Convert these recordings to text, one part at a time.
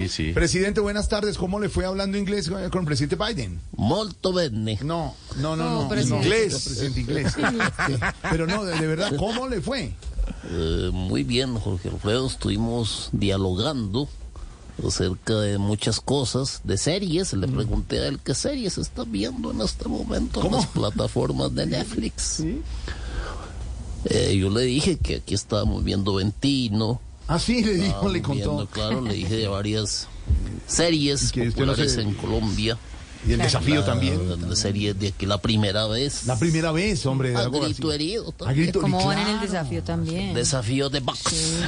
Sí, sí. Presidente, buenas tardes. ¿Cómo le fue hablando inglés con, con el presidente Biden? Molto bene. No, no, no, no. presidente. Inglés. Presidente inglés. Sí, Pero no, de, de verdad, ¿cómo le fue? Eh, muy bien, Jorge Alfredo. Estuvimos dialogando acerca de muchas cosas, de series. Mm. Le pregunté a él qué series está viendo en este momento en ¿Cómo? las plataformas de Netflix. Eh, yo le dije que aquí estábamos viendo Ventino. Así Ah, le Ah, dijo, le contó. viendo, claro, le dije de varias series que usted no populares se- en Colombia. Y el desafío La- también. La serie de aquí, la primera vez. La primera vez, hombre. A algo así. grito herido. A también. grito Como claro. van en el desafío también. Desafío de box.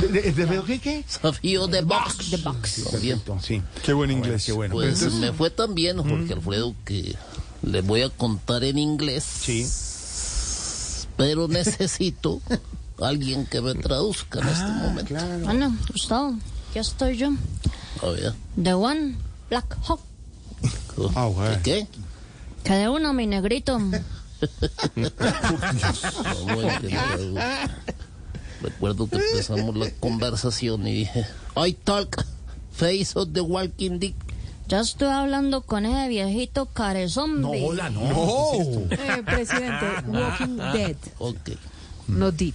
¿De, de- de- de- qué, qué? Desafío de box. The Box. También. Perfecto, sí. Qué buen inglés. Qué bueno. Pues Entonces, me fue tan bien, Jorge Alfredo, que le voy a contar en inglés. Sí. Pero necesito alguien que me traduzca en Ah, este momento. Bueno, Gustavo, ya estoy yo. A ver. The One Black Hawk. Ah, güey. ¿Qué? Que de una, mi negrito. Vamos a intentar. Recuerdo que empezamos la conversación y dije, I talk face of the walking dick. Ya estoy hablando con ese viejito No, carezombie. hola, no. Eh, presidente, Walking Dead, Ok. no Dead.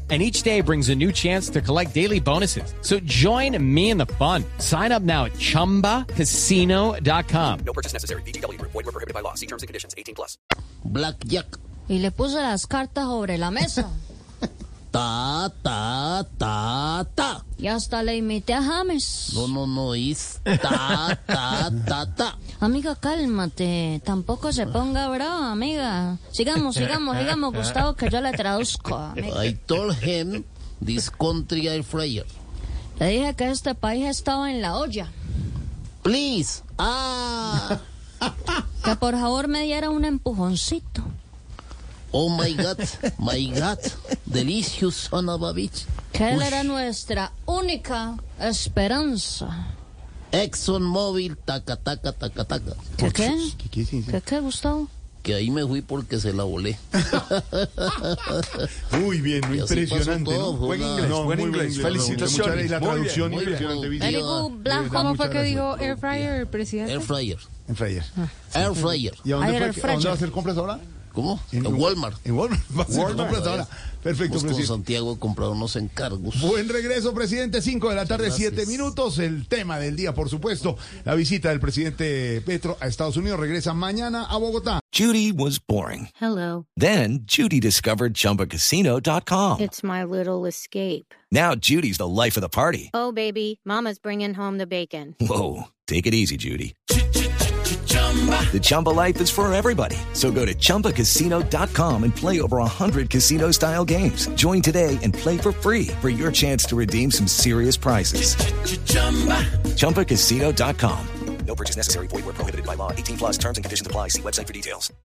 And each day brings a new chance to collect daily bonuses. So join me in the fun. Sign up now at chumbacasino.com. Blackjack. Y le puse las cartas sobre la mesa. Ta, ta, ta, ta. Y hasta le imité a James. No, no, no, es ta, ta, ta, ta. Amiga, cálmate. Tampoco se ponga brava, amiga. Sigamos, sigamos, sigamos, Gustavo, que yo le traduzco. amiga. I told him this country air fryer. Le dije que este país estaba en la olla. Please. Ah. Que por favor me diera un empujoncito. Oh my God. My God. Delicious son of a bitch. Que él era nuestra única esperanza. Exxon Mobil. Taca, taca, taca, taca. ¿Qué qué? ¿Qué quiere decir? ¿Qué qué, Gustavo? Que ahí me fui porque se la volé. Uy, bien, Y así impresionante. pasó ¿no? todo, fue Buen una- inglés, No, buen muy inglés. buen inglés. Felicitaciones. Y la Muy bien, traducción muy bien. impresionante. Muy Vicky. bien. Very good, Black. ¿Cómo fue que dijo Ah. Air Fryer, presidente? Air fryer. En Freyer. Air fryer. ¿Y a dónde, Ayer fue el que- a Freyer. dónde va a hacer compras ahora? ¿Cómo? En Walmart. En Walmart. Va a hacer Walmart. compras ahora. Perfecto, Vamos con presidente. Santiago a comprar unos encargos. Buen regreso, presidente. 5 de la tarde, Gracias. 7 minutos. El tema del día, por supuesto. La visita del presidente Petro a Estados Unidos. Regresa mañana a Bogotá. Judy was boring. Hello, Then Judy discovered ChumbaCasino.com. it's my little escape. Now Judy's the life of the party. Oh, baby, Mama's bringing home the bacon. Whoa, take it easy, Judy. The Chumba life is for everybody. So go to ChumbaCasino.com and play over 100 casino-style games. Join today and play for free for your chance to redeem some serious prizes. ChumbaCasino.com. No purchase necessary. Void where prohibited by law. 18 plus terms and conditions apply. See website for details.